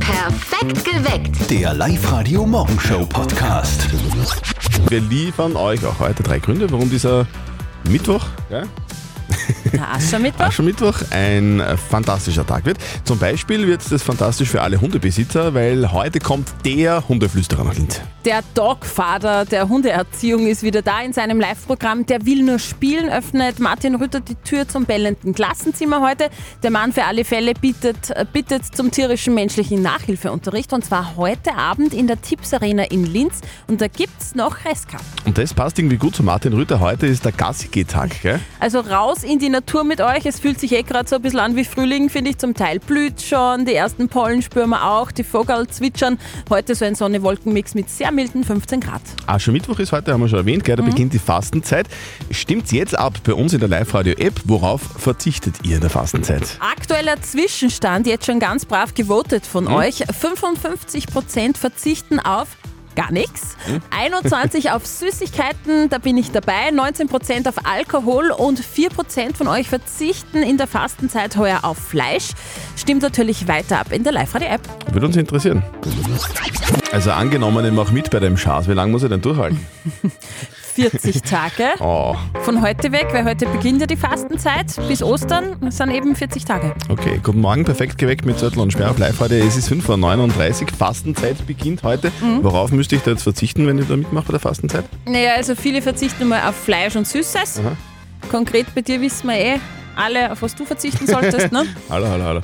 Perfekt geweckt. Der Live-Radio Morgenshow Podcast. Wir liefern euch auch heute drei Gründe, warum dieser Mittwoch, gell? Der Aschermittwoch? Aschermittwoch, ein äh, fantastischer Tag wird. Zum Beispiel wird es fantastisch für alle Hundebesitzer, weil heute kommt der Hundeflüsterer nach Linz. Der Dogfather der Hundeerziehung ist wieder da in seinem Live-Programm. Der will nur spielen, öffnet Martin Rütter die Tür zum bellenden Klassenzimmer heute. Der Mann für alle Fälle bietet, äh, bittet zum tierischen menschlichen Nachhilfeunterricht und zwar heute Abend in der Tipps Arena in Linz. Und da gibt's noch Restkarten. Und das passt irgendwie gut zu Martin Rütter. Heute ist der Gassi-G-Tag, gell? Also raus in die Natur mit euch. Es fühlt sich eh gerade so ein bisschen an wie Frühling, finde ich. Zum Teil blüht schon, die ersten Pollen spüren wir auch, die Vogel zwitschern. Heute so ein Sonne-Wolken-Mix mit sehr milden 15 Grad. Aschermittwoch ist heute, haben wir schon erwähnt, gell? Da beginnt die Fastenzeit. Stimmt's jetzt ab bei uns in der Live-Radio-App? Worauf verzichtet ihr in der Fastenzeit? Aktueller Zwischenstand, jetzt schon ganz brav gewotet von euch. 55% verzichten auf gar nichts, 21 auf Süßigkeiten, da bin ich dabei, 19% auf Alkohol und 4% von euch verzichten in der Fastenzeit heuer auf Fleisch. Stimmt natürlich weiter ab in der Live-Radio-App. Würde uns interessieren. Also angenommen, ich mache mit bei dem Schaß. Wie lange muss ich denn durchhalten? 40 Tage. Oh. Von heute weg, weil heute beginnt ja die Fastenzeit bis Ostern, das sind eben 40 Tage. Okay, guten Morgen, perfekt geweckt mit Zettel und Sperr auf live heute. Es ist 5.39 Uhr, Fastenzeit beginnt heute. Worauf müsste ich da jetzt verzichten, wenn ich da mitmache bei der Fastenzeit? Naja, also viele verzichten mal auf Fleisch und Süßes. Konkret bei dir wissen wir eh alle, auf was du verzichten solltest, ne? Hallo, hallo, hallo.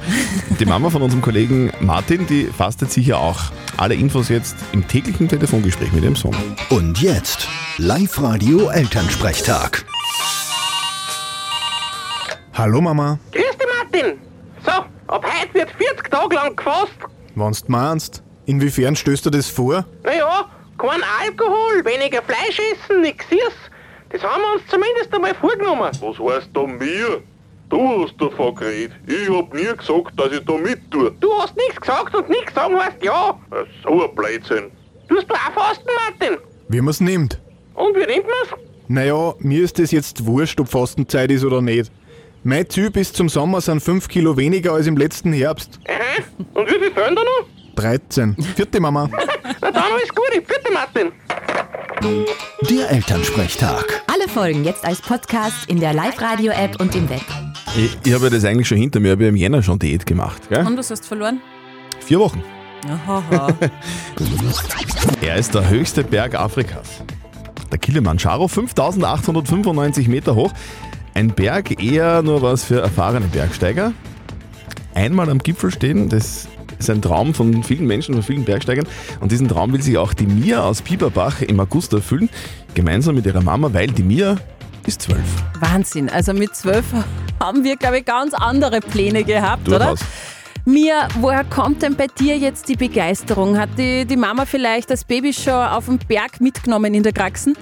Die Mama von unserem Kollegen Martin, die fastet sicher auch. Alle Infos jetzt im täglichen Telefongespräch mit dem Sohn. Und jetzt Live-Radio Elternsprechtag. Hallo Mama, Grüß dich, Martin. So, ab heute wird 40 Tage lang gefasst. wann's meinst, inwiefern stößt dir das vor? Naja, kein Alkohol, weniger Fleisch essen, nix süß. Das haben wir uns zumindest einmal vorgenommen. Was heißt da mir? Du hast davon geredet. Ich hab nie gesagt, dass ich da mit tue. Du hast nichts gesagt und nichts sagen heißt ja. So ein Blödsinn. Tust du auch fasten, Martin? Wie man's nimmt? Und wie nimmt man's? Naja, mir ist das jetzt wurscht, ob Fastenzeit ist oder nicht. Mein Ziel bis zum Sommer sind 5 Kilo weniger als im letzten Herbst. Aha. Und wie viel fehlen da noch? 13. Vierte Mama. Na dann alles Gute. Bitte, Martin. Der Elternsprechtag. Alle Folgen jetzt als Podcast in der Live-Radio-App und im Web. Ich, ich habe ja das eigentlich schon hinter mir, ich habe ja im Jänner schon Diät gemacht. Gell? Und was hast du verloren? Vier Wochen. Haha. Er ist der höchste Berg Afrikas. Der Kilimanjaro, 5895 Meter hoch. Ein Berg eher nur was für erfahrene Bergsteiger. Einmal am Gipfel stehen, das ist ein Traum von vielen Menschen, von vielen Bergsteigern. Und diesen Traum will sich auch die Mia aus Pieperbach im August erfüllen, gemeinsam mit ihrer Mama, weil die Mia ist zwölf. Wahnsinn, also mit 12 haben wir, glaube ich, ganz andere Pläne gehabt, oder? Durchaus. Mia, woher kommt denn bei dir jetzt die Begeisterung? Hat die, die Mama vielleicht das Baby schon auf den Berg mitgenommen in der Kraxen?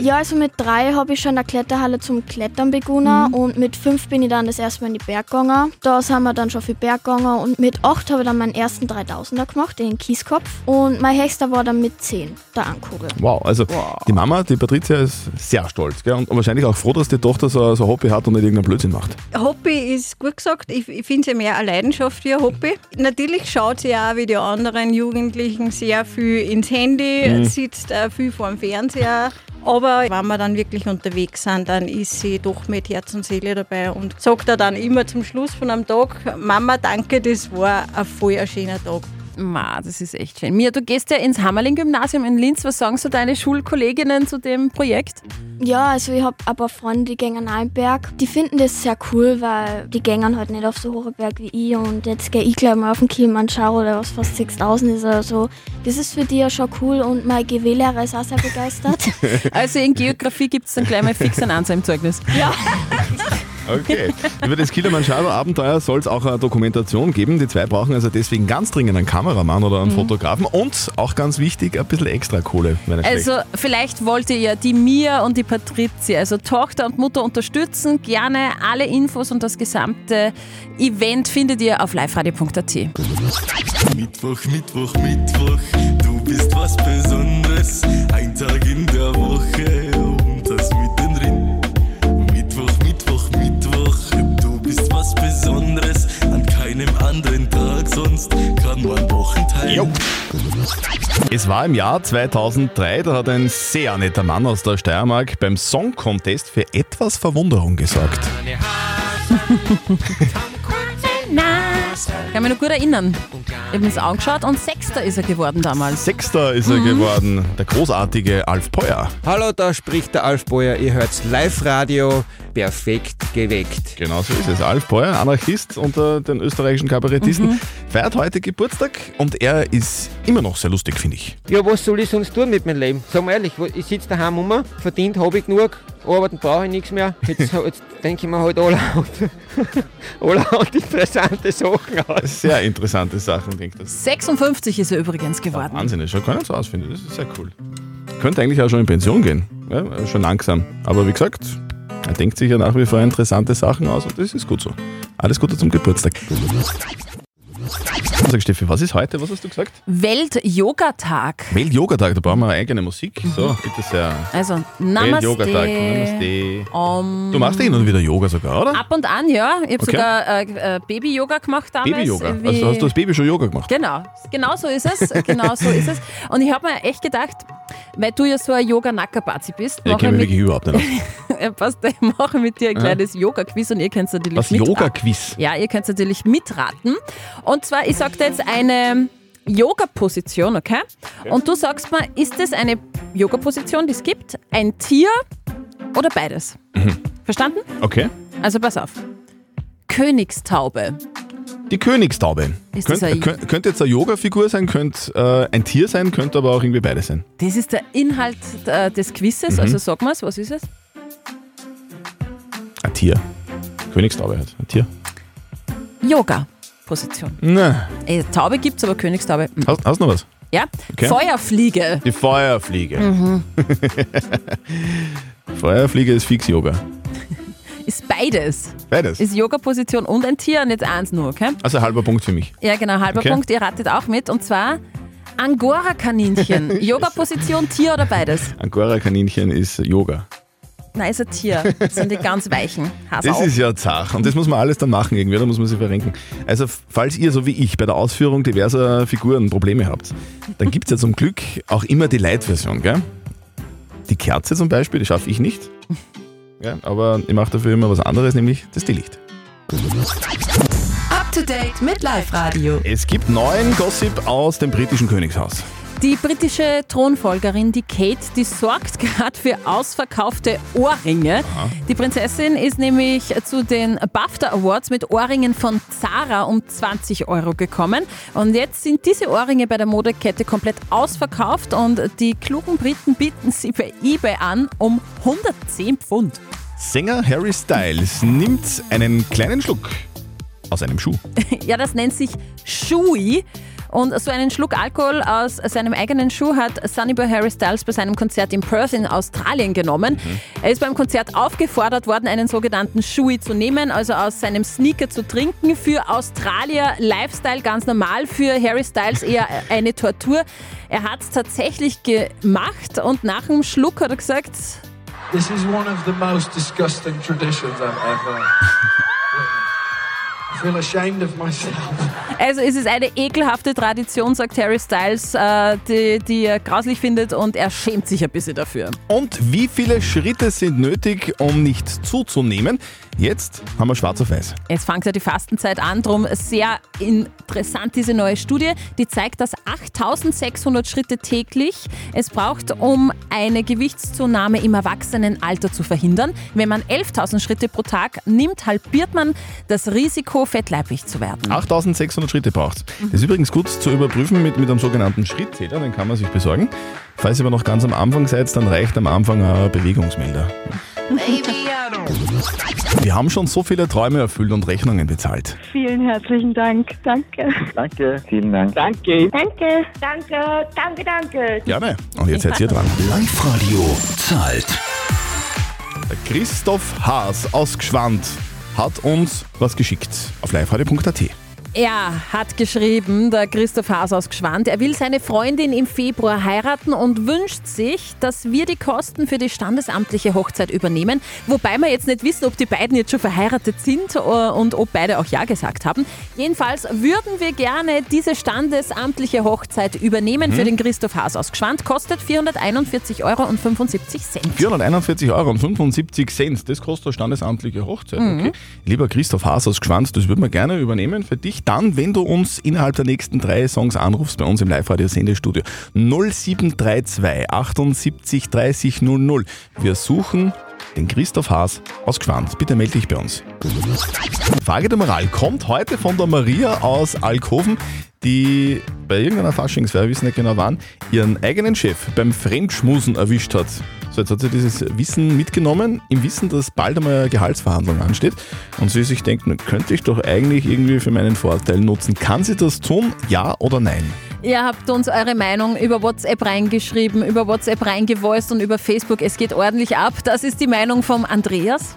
Ja, also mit drei habe ich schon in der Kletterhalle zum Klettern begonnen und mit fünf bin ich dann das erste Mal in die Berg gegangen. Da sind wir dann schon viel Berg gegangen und mit acht habe ich dann meinen ersten 3000er gemacht, den Kieskopf. Und mein höchster war dann mit zehn, der Ankugel. Wow, also die Mama, die Patricia, ist sehr stolz gell? und wahrscheinlich auch froh, dass die Tochter so, so ein Hobby hat und nicht irgendeinen Blödsinn macht. Hobby ist gut gesagt. Ich, ich finde sie mehr eine Leidenschaft wie ein Hobby. Natürlich schaut sie auch wie die anderen Jugendlichen sehr viel ins Handy, sitzt auch viel vor dem Fernseher. Aber wenn wir dann wirklich unterwegs sind, dann ist sie doch mit Herz und Seele dabei und sagt da dann immer zum Schluss von einem Tag: Mama, danke, das war ein voll ein schöner Tag. Ma, das ist echt schön. Mia, du gehst ja ins Hammerling-Gymnasium in Linz. Was sagen so deine Schulkolleginnen zu dem Projekt? Ja, also ich habe aber Freunde, die gängen auch in den Berg. Die finden das sehr cool, weil die gängen halt nicht auf so hohe Berg wie ich. Und jetzt gehe ich gleich mal auf den Kilimanjaro, oder was fast 6000 ist oder so. Das ist für die ja schon cool und mein GW-Lehrer ist auch sehr begeistert. Also in Geografie gibt es dann gleich mal fix einen Ansatz im Zeugnis. Ja. Okay. Über das Kilimanjaro-Abenteuer soll es auch eine Dokumentation geben. Die zwei brauchen also deswegen ganz dringend einen Kameramann oder einen Mhm. Fotografen und auch ganz wichtig, ein bisschen extra Kohle, wenn es schlägt. Also vielleicht wollt ihr ja die Mia und die Patricia, also Tochter und Mutter unterstützen. Gerne alle Infos und das gesamte Event findet ihr auf liveradio.at. Mittwoch, Mittwoch, Mittwoch, du bist was Besonderes. Ein Tag in der Woche und das mittendrin. Mittwoch, Mittwoch, Mittwoch, du bist was Besonderes. An keinem anderen Tag sonst kann man Wochen teilen. Es war im Jahr 2003, da hat ein sehr netter Mann aus der Steiermark beim Song Contest für etwas Verwunderung gesorgt. Ich kann mich noch gut erinnern. Ich habe es angeschaut und Sechster ist er geworden damals. Sechster ist er Mhm. geworden, der großartige Alf Peuer. Hallo, da spricht der Alf Beuer. Ihr hört Live-Radio, perfekt geweckt. Genau so ist es. Alf Beuer, Anarchist unter den österreichischen Kabarettisten, feiert heute Geburtstag und er ist immer noch sehr lustig, finde ich. Ja, was soll ich sonst tun mit meinem Leben? Sag mal ehrlich, wo- ich sitze daheim rum, verdient habe ich genug, arbeiten brauche ich nichts mehr. Jetzt, jetzt denke ich mir halt allerhand, allerhand interessante Sachen halt. aus. Sehr interessante Sachen, denke ich. 56 ist er übrigens geworden. Wahnsinn, das schaut gar nicht so aus, finde ich. Das ist sehr cool. Könnte eigentlich auch schon in Pension gehen. Ja, schon langsam. Aber wie gesagt, er denkt sich ja nach wie vor interessante Sachen aus und das ist gut so. Alles Gute zum Geburtstag. Sag Steffi, was ist heute? Was hast du gesagt? Hm. Welt-Yoga-Tag. Welt-Yoga-Tag, da brauchen wir eine eigene Musik. So, bitte sehr. Also, Namaste. Welt-Yoga-Tag, Namaste. Om. Du machst eh hin und wieder Yoga sogar, oder? Ab und an, ja. Ich habe Okay. sogar äh, äh, Baby-Yoga gemacht damals. Baby-Yoga. wie- Also hast du als Baby schon Yoga gemacht? Genau, genau so ist es. Genau so ist es. Und ich habe mir echt gedacht, weil du ja so ein Yoga-Nackerbazi bist, Ich kenne mich mit, wirklich überhaupt nicht aus. passt, ich mache mit dir ein Ja. kleines Yoga-Quiz und ihr könnt natürlich Was? mitraten. Yoga-Quiz? Ja, ihr könnt natürlich mitraten. Und zwar, ich sage dir jetzt eine Yoga-Position, okay? Und du sagst mir, ist das eine Yoga-Position, die es gibt, ein Tier oder beides? Mhm. Verstanden? Okay. Also pass auf. Königstaube. Die Königstaube. Ist das Könnt, ein- könnt, könnte jetzt eine Yoga-Figur sein, könnte äh, ein Tier sein, könnte aber auch irgendwie beides sein. Das ist der Inhalt äh, des Quizzes. Mhm. Also sag mal, was ist es? Ein Tier. Königstaube halt. Ein Tier. Yoga-Position. Na. Äh, Taube gibt's, aber Königstaube. mm. Hast, hast du noch was? Ja? Okay. Feuerfliege. Die Feuerfliege. Mhm. Feuerfliege ist fix Yoga. Ist beides. Beides. Ist Yoga-Position und ein Tier, nicht eins nur, okay? Also halber Punkt für mich. Ja, genau, halber Okay. Punkt. Ihr ratet auch mit. Und zwar Angora-Kaninchen. Yoga-Position, Tier oder beides? Angora-Kaninchen ist Yoga. Nein, ist ein Tier. Das sind die ganz weichen. Hass Das auf. ist ja zach. Und das muss man alles dann machen irgendwie, da muss man sich verrenken. Also, falls ihr, so wie ich, bei der Ausführung diverser Figuren Probleme habt, dann gibt es ja zum Glück auch immer die Light-Version, gell? Die Kerze zum Beispiel, die schaffe ich nicht. Ja, aber ich mache dafür immer was anderes, nämlich das Teelicht. Up to date mit Live Radio. Es gibt neuen Gossip aus dem britischen Königshaus. Die britische Thronfolgerin, die Kate, die sorgt gerade für ausverkaufte Ohrringe. Die Prinzessin ist nämlich zu den BAFTA Awards mit Ohrringen von Zara um 20 Euro gekommen. Und jetzt sind diese Ohrringe bei der Modekette komplett ausverkauft und die klugen Briten bieten sie bei eBay an um 110 Pfund. Sänger Harry Styles nimmt einen kleinen Schluck aus einem Schuh. ja, das nennt sich Schuhi. Und so einen Schluck Alkohol aus seinem eigenen Schuh hat Sonny Boy Harry Styles bei seinem Konzert in Perth in Australien genommen. Er ist beim Konzert aufgefordert worden, einen sogenannten Schuhi zu nehmen, also aus seinem Sneaker zu trinken. Für Australier Lifestyle ganz normal, für Harry Styles eher eine Tortur. Er hat es tatsächlich gemacht und nach dem Schluck hat er gesagt, This is one of the most disgusting traditions I've ever. witnessed. I feel ashamed of myself. Also es ist eine ekelhafte Tradition, sagt Harry Styles, äh, die, die er grauslich findet und er schämt sich ein bisschen dafür. Und wie viele Schritte sind nötig, um nicht zuzunehmen? Jetzt haben wir schwarz auf weiß. Jetzt fängt ja die Fastenzeit an, drum sehr interessant diese neue Studie. Die zeigt, dass 8600 Schritte täglich es braucht, um eine Gewichtszunahme im Erwachsenenalter zu verhindern. Wenn man 11.000 Schritte pro Tag nimmt, halbiert man das Risiko, fettleibig zu werden. 8600 Schritte braucht Das ist übrigens gut zu überprüfen mit, mit einem sogenannten Schrittzähler, den kann man sich besorgen. Falls ihr aber noch ganz am Anfang seid, dann reicht am Anfang ein Bewegungsmelder. Wir haben schon so viele Träume erfüllt und Rechnungen bezahlt. Vielen herzlichen Dank. Danke. Danke. Vielen Dank. Danke. Danke. Danke. Danke, danke. Gerne. Und jetzt seid ihr dran. Live-Radio zahlt. Der Christoph Haas aus Gschwand hat uns was geschickt auf liveradio.at. Er hat geschrieben, der Christoph Haas aus Gschwand, er will seine Freundin im Februar heiraten und wünscht sich, dass wir die Kosten für die standesamtliche Hochzeit übernehmen. Wobei wir jetzt nicht wissen, ob die beiden jetzt schon verheiratet sind äh, und ob beide auch Ja gesagt haben. Jedenfalls würden wir gerne diese standesamtliche Hochzeit übernehmen Mhm. für den Christoph Haas aus Gschwand. Kostet 441,75 Euro. 441 Euro und 75 Cent, das kostet eine standesamtliche Hochzeit. Mhm. Okay. Lieber Christoph Haas aus Schwanz, das würden wir gerne übernehmen für dich. Dann, wenn du uns innerhalb der nächsten drei Songs anrufst bei uns im Live-Radio-Sendestudio 0732 78 30 00. Wir suchen den Christoph Haas aus Schwanz. Bitte melde dich bei uns. Frage der Moral kommt heute von der Maria aus Alkoven, die bei irgendeiner Faschingsfeier, wir wissen nicht genau wann, ihren eigenen Chef beim Fremdschmusen erwischt hat. So, jetzt hat sie dieses Wissen mitgenommen, im Wissen, dass bald einmal eine Gehaltsverhandlung ansteht. Und sie sich denkt, na, könnte ich doch eigentlich irgendwie für meinen Vorteil nutzen. Kann sie das tun? Ja oder nein? Ihr habt uns eure Meinung über WhatsApp reingeschrieben, über WhatsApp reingevoiced und über Facebook. Es geht ordentlich ab. Das ist die Meinung vom Andreas.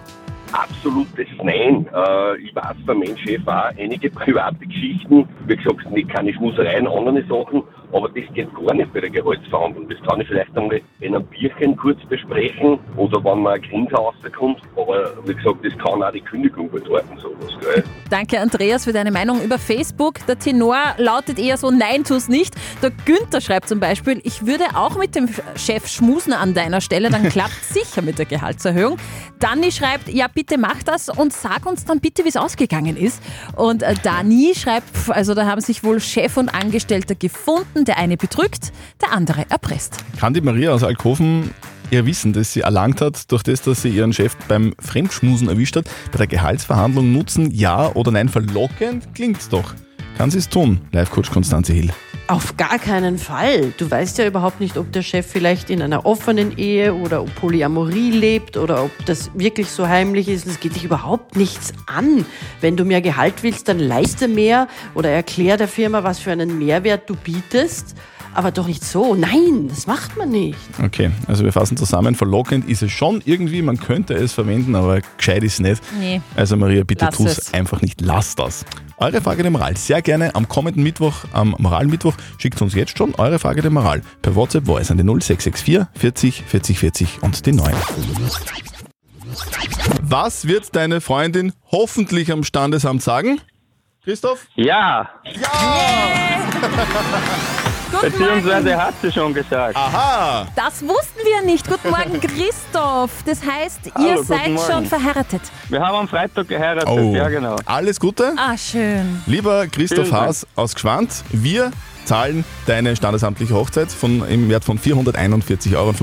Absolutes Nein. Äh, ich weiß, der Mensch Chef auch einige private Geschichten. Wie gesagt, nicht keine Schmusereien, andere Sachen. Aber das geht gar nicht bei der Gehaltsverhandlung. Das kann ich vielleicht einmal in einem Bierchen kurz besprechen oder wenn mal ein Kind rauskommt. Aber wie gesagt, das kann auch die Kündigung bedeuten, sowas. Gell? Danke, Andreas, für deine Meinung über Facebook. Der Tenor lautet eher so: Nein, tu's nicht. Der Günther schreibt zum Beispiel: Ich würde auch mit dem Chef schmusen an deiner Stelle, dann klappt sicher mit der Gehaltserhöhung. Dani schreibt: Ja, bitte mach das und sag uns dann bitte, wie es ausgegangen ist. Und äh, Dani schreibt: "Pff, Also, da haben sich wohl Chef und Angestellter gefunden. Der eine betrügt, der andere erpresst. Kann die Maria aus Alkoven ihr Wissen, das sie erlangt hat, durch das, dass sie ihren Chef beim Fremdschmusen erwischt hat, bei der Gehaltsverhandlung nutzen? Ja oder nein? Verlockend klingt's doch. Kann sie es tun? Live-Coach Konstanze Hill. Auf gar keinen Fall. Du weißt ja überhaupt nicht, ob der Chef vielleicht in einer offenen Ehe oder ob Polyamorie lebt oder ob das wirklich so heimlich ist. Es geht dich überhaupt nichts an. Wenn du mehr Gehalt willst, dann leiste mehr oder erklär der Firma, was für einen Mehrwert du bietest. Aber doch nicht so. Nein, das macht man nicht. Okay, also wir fassen zusammen. Verlockend ist es schon irgendwie, man könnte es verwenden, aber gescheit ist es nicht. Nee. Also Maria, bitte Lass tu es. es einfach nicht. Lass das. Eure Frage der Moral sehr gerne am kommenden Mittwoch, am Moralmittwoch. Schickt uns jetzt schon eure Frage der Moral per WhatsApp Voice an die 0664 40 40 40 und die 9. Was wird deine Freundin hoffentlich am Standesamt sagen? Christoph? Ja, Guten beziehungsweise hat sie schon gesagt. Aha! Das wussten wir nicht. Guten Morgen, Christoph. Das heißt, Hallo, ihr guten seid Morgen. schon verheiratet. Wir haben am Freitag geheiratet, Oh. ja genau. Alles Gute? Ah, schön. Lieber Christoph Vielen Dank. Haas aus Gschwand, wir zahlen deine standesamtliche Hochzeit von, im Wert von 441,75 Euro.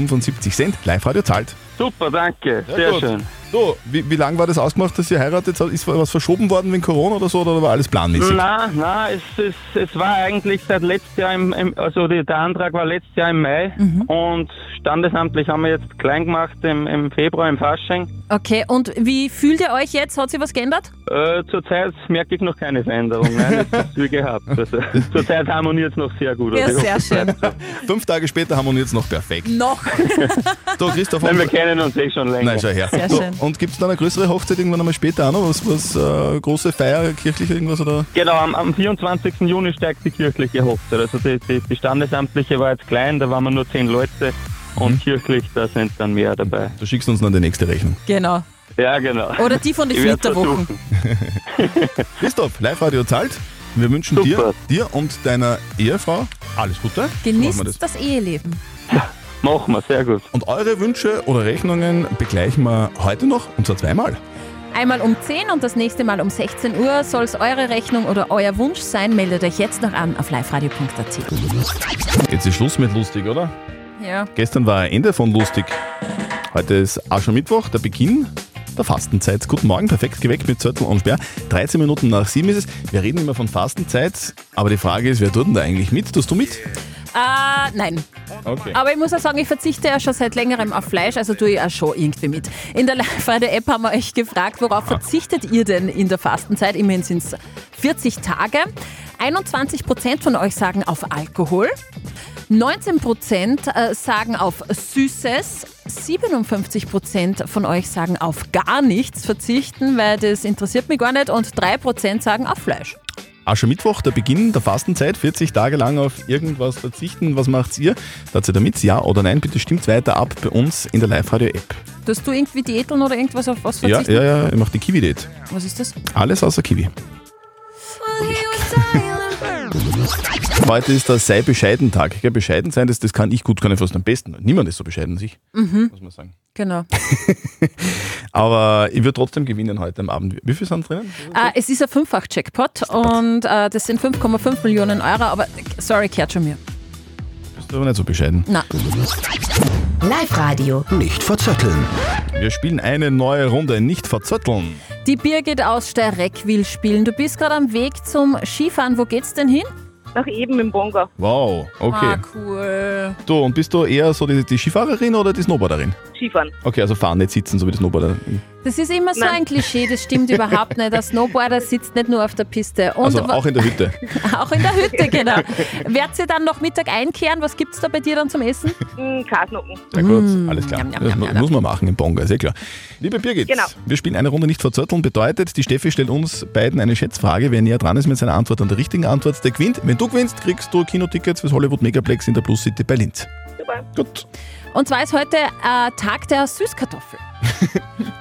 Live-Radio zahlt. Super, danke, sehr gut. schön. So, wie, wie lange war das ausgemacht, dass ihr heiratet? habt? Ist was verschoben worden wegen Corona oder so? Oder war alles planmäßig? Nein, nein, Ah, es, es, es war eigentlich seit letztes Jahr, im, im, also die, der Antrag war letztes Jahr im Mai und standesamtlich haben wir jetzt klein gemacht im, im Februar im Fasching. Okay, und wie fühlt ihr euch jetzt? Hat sich was geändert? Äh, zurzeit merke ich noch keine Veränderung, nein, das ist wie gehabt. Also, zurzeit harmoniert es noch sehr gut. Ja, Also ich hoffe, sehr es bleibt so. Fünf Tage später harmoniert es noch perfekt. Noch. So, Christoph, Nein, und- wir kennen uns eh schon länger. Nein, schau her. Sehr So, schön. Und gibt es dann eine größere Hochzeit irgendwann einmal später auch noch? Was, was äh, große Feier, kirchlich irgendwas? Oder? Genau, am, am 24. Juni steigt die kirchliche Hochzeit. Also die, die, die standesamtliche war jetzt klein, da waren wir nur zehn Leute und kirchlich, da sind dann mehr dabei. Du schickst uns dann die nächste Rechnung. Genau. Ja, genau. Oder die von den Ich werd's Flitterwochen. versuchen. Christoph, Live-Radio zahlt. Wir wünschen dir, dir und deiner Ehefrau alles Gute. Genießt Machen wir das. Eheleben. Machen wir, sehr gut. Und eure Wünsche oder Rechnungen begleichen wir heute noch, und zwar zweimal. Einmal um 10 und das nächste Mal um 16 Uhr. Soll es eure Rechnung oder euer Wunsch sein, meldet euch jetzt noch an auf liveradio.at. Jetzt ist Schluss mit lustig, oder? Ja. Gestern war Ende von lustig. Heute ist Aschermittwoch, der Beginn der Fastenzeit. Guten Morgen, perfekt geweckt mit Zörtel und Sperr. 13 Minuten nach 7 ist es. Wir reden immer von Fastenzeit, aber die Frage ist, wer tut denn da eigentlich mit? Tust du mit? Äh, nein. Okay. Aber ich muss auch sagen, ich verzichte ja schon seit längerem auf Fleisch, also tue ich auch schon irgendwie mit. In der Live-Radio-App haben wir euch gefragt, worauf verzichtet ihr denn in der Fastenzeit? Immerhin sind es 40 Tage. 21% von euch sagen auf Alkohol. 19% äh, sagen auf Süßes. 57% von euch sagen auf gar nichts verzichten, weil das interessiert mich gar nicht. Und 3% sagen auf Fleisch. Aschermittwoch, der Beginn der Fastenzeit, 40 Tage lang auf irgendwas verzichten. Was macht's ihr? Dazu damit, ja oder nein, bitte stimmt weiter ab bei uns in der Live-Radio-App. Dass du irgendwie Diäteln oder irgendwas auf was Ja, verzichten? ja, ja, ich mache die Kiwi-Date. Was ist das? Alles außer Kiwi. Heute ist der Sei bescheiden Tag. Gell? Bescheiden sein, das, das kann ich gut, kann ich fast am besten. Niemand ist so bescheiden als ich. Mhm. Muss man sagen. Genau. Aber ich würde trotzdem gewinnen heute am Abend. Wie viel sind drinnen? Äh, es ist ein Fünffach-Jackpot und äh, das sind 5,5 Millionen Euro, aber sorry, gehört schon mir. Bist du aber nicht so bescheiden. Na. Live-Radio. Nicht verzetteln. Wir spielen eine neue Runde. Nicht verzötteln. Die Birgit aus Steyreck will spielen. Du bist gerade am Weg zum Skifahren. Wo geht's denn hin? Nach eben im Bonga. Wow, okay. Ah, cool. Du, und bist du eher so die, die Skifahrerin oder die Snowboarderin? Skifahren. Okay, also fahren, nicht sitzen, so wie die Snowboarderin. Das ist immer so ein Klischee, das stimmt überhaupt nicht. Der Snowboarder sitzt nicht nur auf der Piste. Und Also auch in der Hütte. auch in der Hütte, genau. Werdet ihr dann noch Mittag einkehren? Was gibt's da bei dir dann zum Essen? Kasnocken. Ja gut, Mm. alles klar. das mu- muss man machen im Bonga, sehr klar. Liebe Birgit, Genau. wir spielen eine Runde nicht verzötteln. Bedeutet, die Steffi stellt uns beiden eine Schätzfrage. Wer näher dran ist mit seiner Antwort an der richtigen Antwort, der gewinnt. Wenn du gewinnst, kriegst du Kinotickets fürs Hollywood Megaplex in der Plus City bei Linz. Gut. Und zwar ist heute äh, Tag der Süßkartoffel.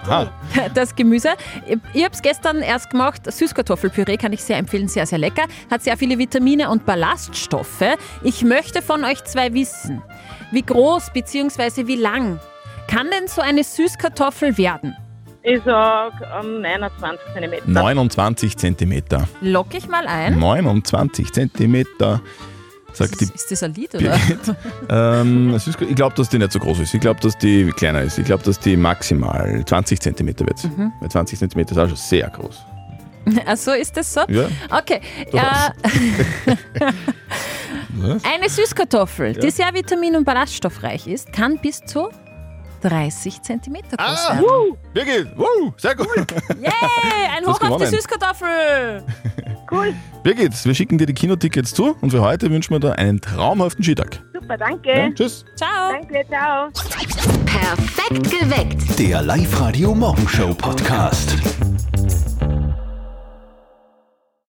Aha. Das Gemüse. Ich, ich habe es gestern erst gemacht. Süßkartoffelpüree kann ich sehr empfehlen, sehr, sehr lecker. Hat sehr viele Vitamine und Ballaststoffe. Ich möchte von euch zwei wissen, wie groß bzw. wie lang kann denn so eine Süßkartoffel werden? Ich sag ähm, 29 cm. 29 Zentimeter. Lock ich mal ein. 29 Zentimeter, sagt die Ist das ein Lied, oder? Birgit. ähm, es ist, ich glaube, dass die nicht so groß ist. Ich glaube, dass die kleiner ist. Ich glaube, dass die maximal 20 Zentimeter wird. Mhm. Weil 20 Zentimeter ist auch schon sehr groß. Ach so, ist das so? Ja. Okay. Du hast- Äh, eine Süßkartoffel, die Ja. sehr vitamin- und ballaststoffreich ist, kann bis zu 30 cm groß Ah, werden. wuh, Birgit, wuh, sehr gut. Yay, ein Du hast Hoch auf die gewonnen. Süßkartoffel. Cool. Birgit, wir schicken dir die Kinotickets zu und für heute wünschen wir dir einen traumhaften Skitag. Super, danke. Ja, tschüss. Ciao. Danke, ciao. Perfekt geweckt. Der Live-Radio Morgenshow Podcast.